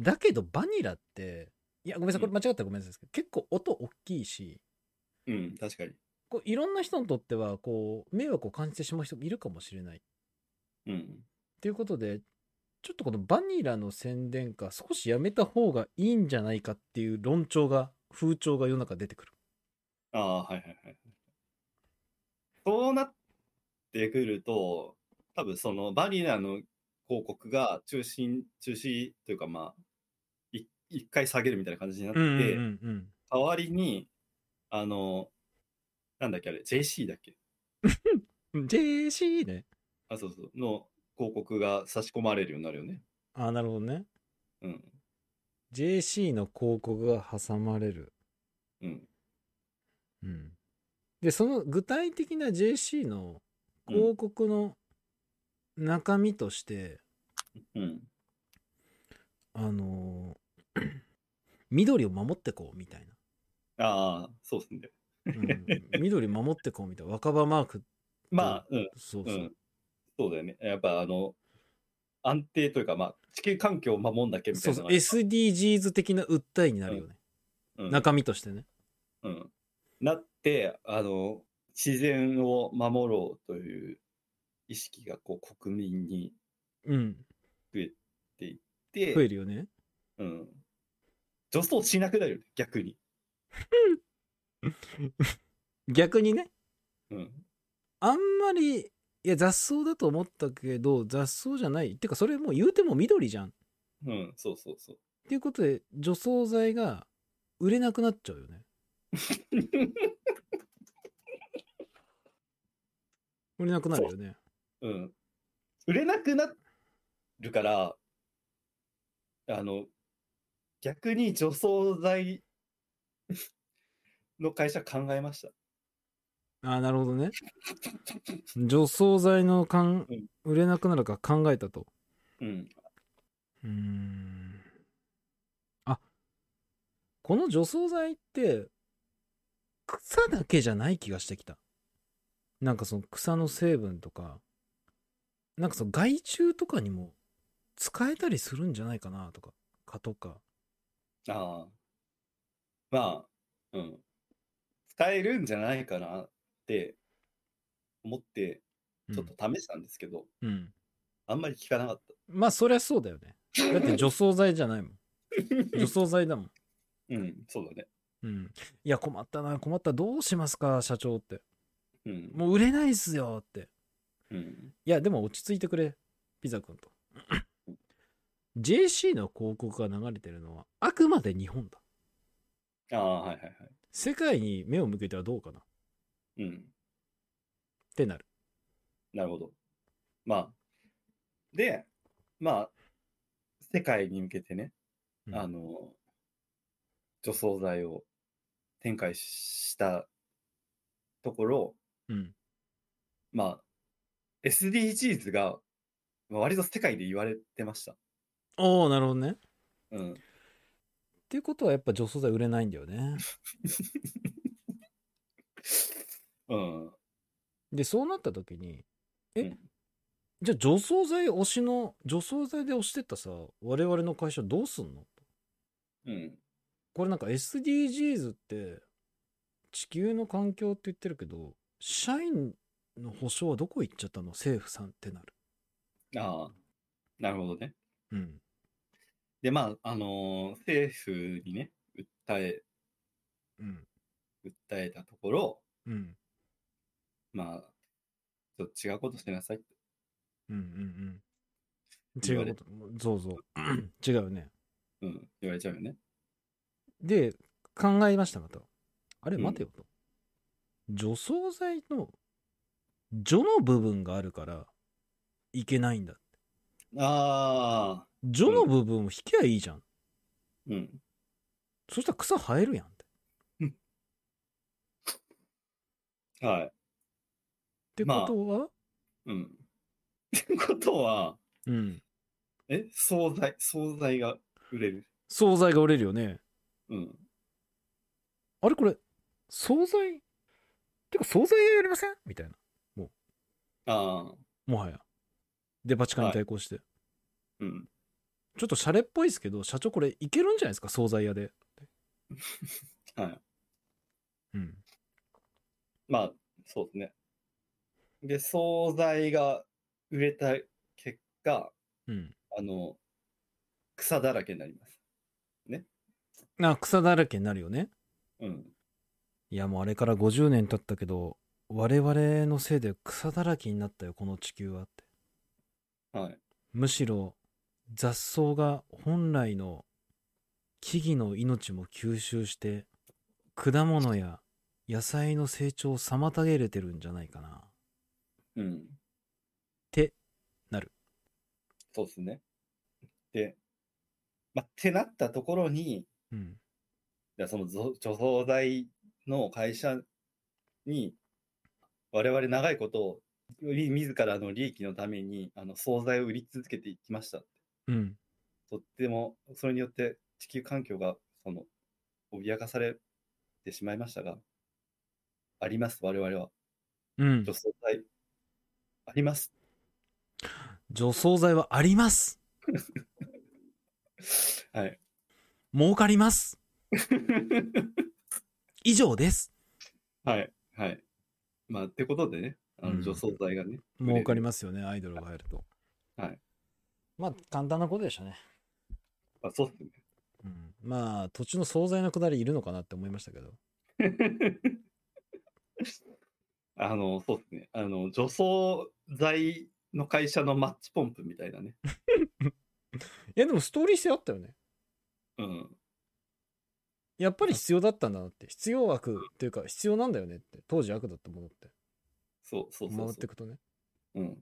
[SPEAKER 1] だけどバニラって、いや、ごめんなさい、これ間違ったらごめんなさいですけど、結構音大きいし、
[SPEAKER 2] うん、確かに。
[SPEAKER 1] こういろんな人にとっては、こう、迷惑を感じてしまう人もいるかもしれない。
[SPEAKER 2] うん。
[SPEAKER 1] ということで、ちょっとこのバニラの宣伝か少しやめた方がいいんじゃないかっていう論調が、風潮が世の中出てくる。
[SPEAKER 2] ああ、はいはいはい。そうなってくると、多分そのバニラの広告が中心、中止というかまあ、い一回下げるみたいな感じになって、
[SPEAKER 1] うんうん
[SPEAKER 2] 代わりに、あの、なんだっけあれ、JC だっけ
[SPEAKER 1] うん。JC ね。
[SPEAKER 2] あ、そうそう、の広告が差し込まれるようになるよね。
[SPEAKER 1] ああ、なるほどね。
[SPEAKER 2] うん。
[SPEAKER 1] JC の広告が挟まれる。
[SPEAKER 2] うん。
[SPEAKER 1] うん。で、その具体的な JC の広告の中身として、
[SPEAKER 2] うん。
[SPEAKER 1] あのー 緑を守ってこうみたいな。
[SPEAKER 2] ああ、そうっすね。
[SPEAKER 1] うん、緑守ってこうみたいな。若葉マーク、
[SPEAKER 2] まあ、うん。
[SPEAKER 1] そう
[SPEAKER 2] う
[SPEAKER 1] そう。
[SPEAKER 2] ん、そうだよね。やっぱあの、安定というか、まあ、地球環境を守んだけみた
[SPEAKER 1] そ
[SPEAKER 2] いうな
[SPEAKER 1] そ
[SPEAKER 2] の
[SPEAKER 1] う、
[SPEAKER 2] が。
[SPEAKER 1] SDGs 的な訴えになるよね。
[SPEAKER 2] うん
[SPEAKER 1] 中身としてね。
[SPEAKER 2] うんなって、あの、自然を守ろうという意識がこう国民に
[SPEAKER 1] うん。
[SPEAKER 2] で、
[SPEAKER 1] 増えるよね。
[SPEAKER 2] うん。助走しなくなるよね、逆に。
[SPEAKER 1] 逆にね、
[SPEAKER 2] うん。
[SPEAKER 1] あんまり、いや、雑草だと思ったけど、雑草じゃない。ってか、それもう言うても緑じゃん。っ
[SPEAKER 2] うん、そうそうそう。
[SPEAKER 1] ていうことで、除草剤が売れなくなっちゃうよね。売れなくなるよね。
[SPEAKER 2] うん。売れなくなるから、あの、逆に除草剤の会社考えました。
[SPEAKER 1] ああ、なるほど ね。除草剤のかん
[SPEAKER 2] うん
[SPEAKER 1] 売れなくなるか考えたと。
[SPEAKER 2] うん。
[SPEAKER 1] うーん。あ、この除草剤って、草だけじゃない気がしてきた。なんかその草の成分とか、なんかその害虫とかにも使えたりするんじゃないかなとか、蚊とか。
[SPEAKER 2] ああ。まあ、うん。使えるんじゃないかなって思って、
[SPEAKER 1] うん
[SPEAKER 2] ちょっと試したんですけど、
[SPEAKER 1] うん。
[SPEAKER 2] あんまり効かなかっ
[SPEAKER 1] まあそりゃそうだよね。だって除草剤じゃ ないもん。除草剤だもん。
[SPEAKER 2] た。うん、そうだね。
[SPEAKER 1] うん。いや困ったな、困った。どうしますか、社長って。
[SPEAKER 2] うん。
[SPEAKER 1] もう売れないっすよって。
[SPEAKER 2] うん。
[SPEAKER 1] いや、でも落ち着いてくれ、ピザ君と。JC の広告が流れてるのは、あくまで日本だ。
[SPEAKER 2] ああ、はいはいはい。
[SPEAKER 1] 世界に目を向けてはどうかなっ
[SPEAKER 2] うん。
[SPEAKER 1] てなる。
[SPEAKER 2] なるほど。まあ。で、まあ、世界に向けてね、
[SPEAKER 1] うん
[SPEAKER 2] あの、除草剤を展開したところ、
[SPEAKER 1] うん。
[SPEAKER 2] まあ、SDGs がまあ割と世界で言われてました。
[SPEAKER 1] おー、なるほどね。っ
[SPEAKER 2] うん。
[SPEAKER 1] ていうことは、やっぱ除草剤売れないんだよね。
[SPEAKER 2] うん。
[SPEAKER 1] で、そうなった時に、
[SPEAKER 2] う
[SPEAKER 1] え
[SPEAKER 2] ん、
[SPEAKER 1] じゃあ除草剤推しの、除草剤で推してったさ、我々の会社どうすんの
[SPEAKER 2] うん。
[SPEAKER 1] これなんか SDGs って地球の環境って言ってるけど社員の保障はどこ行っちゃったの政府さんってなる。
[SPEAKER 2] ああ。なるほどね。
[SPEAKER 1] うん。
[SPEAKER 2] で、まあ、あのー政府にね、訴え、
[SPEAKER 1] うん。
[SPEAKER 2] 訴えたところ、
[SPEAKER 1] うん。
[SPEAKER 2] まあ、ちょっと違うことしなさいって
[SPEAKER 1] うんうんうん。違
[SPEAKER 2] 言わ
[SPEAKER 1] う
[SPEAKER 2] れ
[SPEAKER 1] こと。そうそう。 違うね。
[SPEAKER 2] うん、言われちゃうよね。
[SPEAKER 1] で、考えましたまた。あれ
[SPEAKER 2] うん
[SPEAKER 1] 待てよと。除草剤の除の部分があるからいけないんだ。
[SPEAKER 2] ああ、
[SPEAKER 1] 除の部分を引きゃいいじゃん。
[SPEAKER 2] うん。
[SPEAKER 1] そしたら草生えるやんって。
[SPEAKER 2] は
[SPEAKER 1] ってことは、
[SPEAKER 2] い。うん。ってことは、
[SPEAKER 1] うん。
[SPEAKER 2] え、惣菜、惣菜が売れる。
[SPEAKER 1] 惣菜が折れるよね。
[SPEAKER 2] うん。
[SPEAKER 1] あれこれ、惣菜てか惣菜屋やりませんみたいな。
[SPEAKER 2] ああ、
[SPEAKER 1] もはや。デパ地下に対抗して。
[SPEAKER 2] うん。
[SPEAKER 1] ちょっとシャレっぽいですけど、社長これいけるんじゃないですか、惣菜屋で。
[SPEAKER 2] はい。
[SPEAKER 1] うん。
[SPEAKER 2] まあ、そうですね。で、惣菜が売れた結果、
[SPEAKER 1] うん。
[SPEAKER 2] あの、草だらけになります。
[SPEAKER 1] あ、草だらけになるよね。
[SPEAKER 2] うん。
[SPEAKER 1] いや、もうあれから50年経ったけど、我々のせいで草だらけになったよ、この地球はって。
[SPEAKER 2] はい。
[SPEAKER 1] むしろ雑草が本来の木々の命も吸収して果物や野菜の成長を妨げれてるんじゃないかなっ
[SPEAKER 2] うん。
[SPEAKER 1] てなる
[SPEAKER 2] そうですね。で、まあ、ってなったところに、
[SPEAKER 1] うん
[SPEAKER 2] じゃあそのぞ除草剤の会社に、我々長いことを、り自らの利益のために、あの、惣菜を売り続けていきました。
[SPEAKER 1] うん
[SPEAKER 2] とっても、それによって地球環境が、その、脅かされてしまいましたが、あります、我々は。
[SPEAKER 1] うん
[SPEAKER 2] 除草剤、あります。
[SPEAKER 1] 除草剤はあります
[SPEAKER 2] はい。
[SPEAKER 1] 儲かります以上です
[SPEAKER 2] はい。はい。まあ、ってことでね、あ
[SPEAKER 1] うん
[SPEAKER 2] の除草剤がね、
[SPEAKER 1] 儲かりますよねアイドルが入ると
[SPEAKER 2] はい
[SPEAKER 1] まあ簡単なことでしたね、
[SPEAKER 2] まあ、そうっすね。
[SPEAKER 1] うん、まあ土地の惣菜のくだりいるのかなって思いましたけど
[SPEAKER 2] あの、そうですね。あの、除草剤の会社のマッチポンプみたいなね。
[SPEAKER 1] いやでもストーリー性あったよね
[SPEAKER 2] うん。
[SPEAKER 1] やっぱり必要だったんだなって必要悪というか必要なんだよねって当時悪だったものって
[SPEAKER 2] そうそうそ
[SPEAKER 1] 回
[SPEAKER 2] う
[SPEAKER 1] っ
[SPEAKER 2] そ
[SPEAKER 1] ていくとね
[SPEAKER 2] う。うん。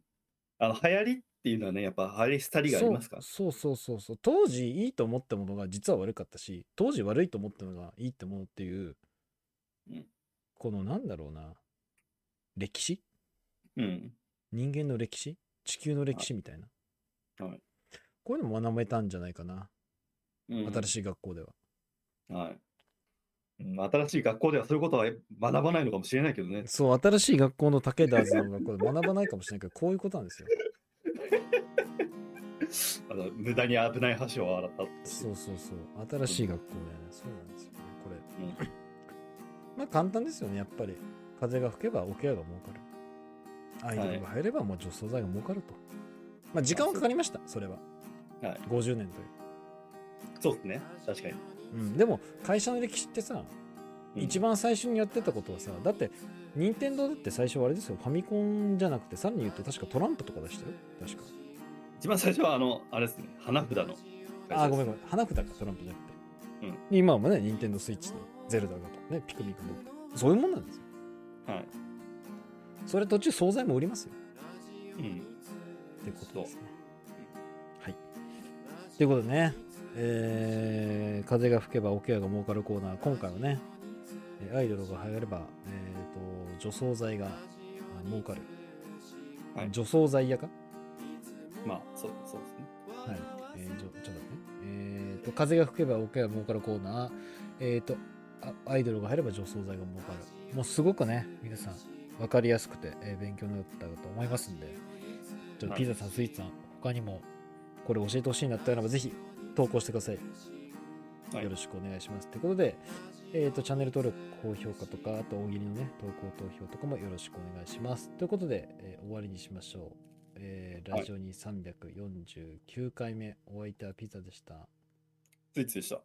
[SPEAKER 2] あの、流行りっていうのはね、やっぱ流行り廃りがありますから。
[SPEAKER 1] そうそうそうそうそう当時いいと思ったものが実は悪かったし当時悪いと思ったのがいいってものっていう、
[SPEAKER 2] うん
[SPEAKER 1] このなんだろうな歴史
[SPEAKER 2] うん。
[SPEAKER 1] 人間の歴史地球の歴史みたいな、
[SPEAKER 2] はい
[SPEAKER 1] こういうのも学べたんじゃないかな、
[SPEAKER 2] うん、
[SPEAKER 1] 新しい学校では。
[SPEAKER 2] はい、うん。新しい学校ではそういうことは学ばないのかもしれないけどね。
[SPEAKER 1] そう新しい学校の武田図の学校で学ばないかもしれないけどこういうことなんですよ。
[SPEAKER 2] あの無駄に危ない橋を洗ったっていう
[SPEAKER 1] そうそうそう新しい学校だよね、そうなんですよねこれ、
[SPEAKER 2] うん
[SPEAKER 1] まあ簡単ですよねやっぱり風が吹けば桶屋が儲かるアイドルが入ればもう除草剤が儲かると、まあ時間はかかりましたそれは、
[SPEAKER 2] はい
[SPEAKER 1] 50年という、
[SPEAKER 2] そうですね。確かに。
[SPEAKER 1] うん、でも会社の歴史ってさ、
[SPEAKER 2] うん
[SPEAKER 1] 一番最初にやってたことはさだって任天堂だって最初はあれですよファミコンじゃなくてさらに言うと確かトランプとか出したよ確か
[SPEAKER 2] 一番最初は、あの、あれですね。花札の会社です。
[SPEAKER 1] あごめんごめん花札かトランプじゃなくて、
[SPEAKER 2] うん
[SPEAKER 1] 今もね任天堂スイッチでゼルダがとかねピクミクもそういうもんなんですよ
[SPEAKER 2] はい。
[SPEAKER 1] それ途中惣菜も売りますよ
[SPEAKER 2] うん。
[SPEAKER 1] ってことですねはいということでねえー風が吹けばおケアが儲かるコーナー今回はねえーアイドルが流行ればえっ、と除草剤があ儲かる、
[SPEAKER 2] はい
[SPEAKER 1] 除草剤屋か
[SPEAKER 2] まあ、そうそうですね。
[SPEAKER 1] はい。えー、ちょ、ちょっと待ってね。えーと、風が吹けばおけは儲かるコーナー。えーと、あアイドルが入れば除草剤が儲かる。もうすごくね、皆さん、わかりやすくて、えー勉強になったと思いますんで、ちょっと
[SPEAKER 2] はい
[SPEAKER 1] ピザさん、スイーツさん、他にも、これ教えてほしいなってならば、ぜひ、投稿してください。
[SPEAKER 2] はい
[SPEAKER 1] よろしくお願いします。ということで、えーと、チャンネル登録、高評価とか、あと大喜利のね、投稿、投票とかもよろしくお願いします。ということで、えー終わりにしましょう。えー
[SPEAKER 2] はい
[SPEAKER 1] ラジオに349回目、お相手はピザでした。
[SPEAKER 2] スイッチでした。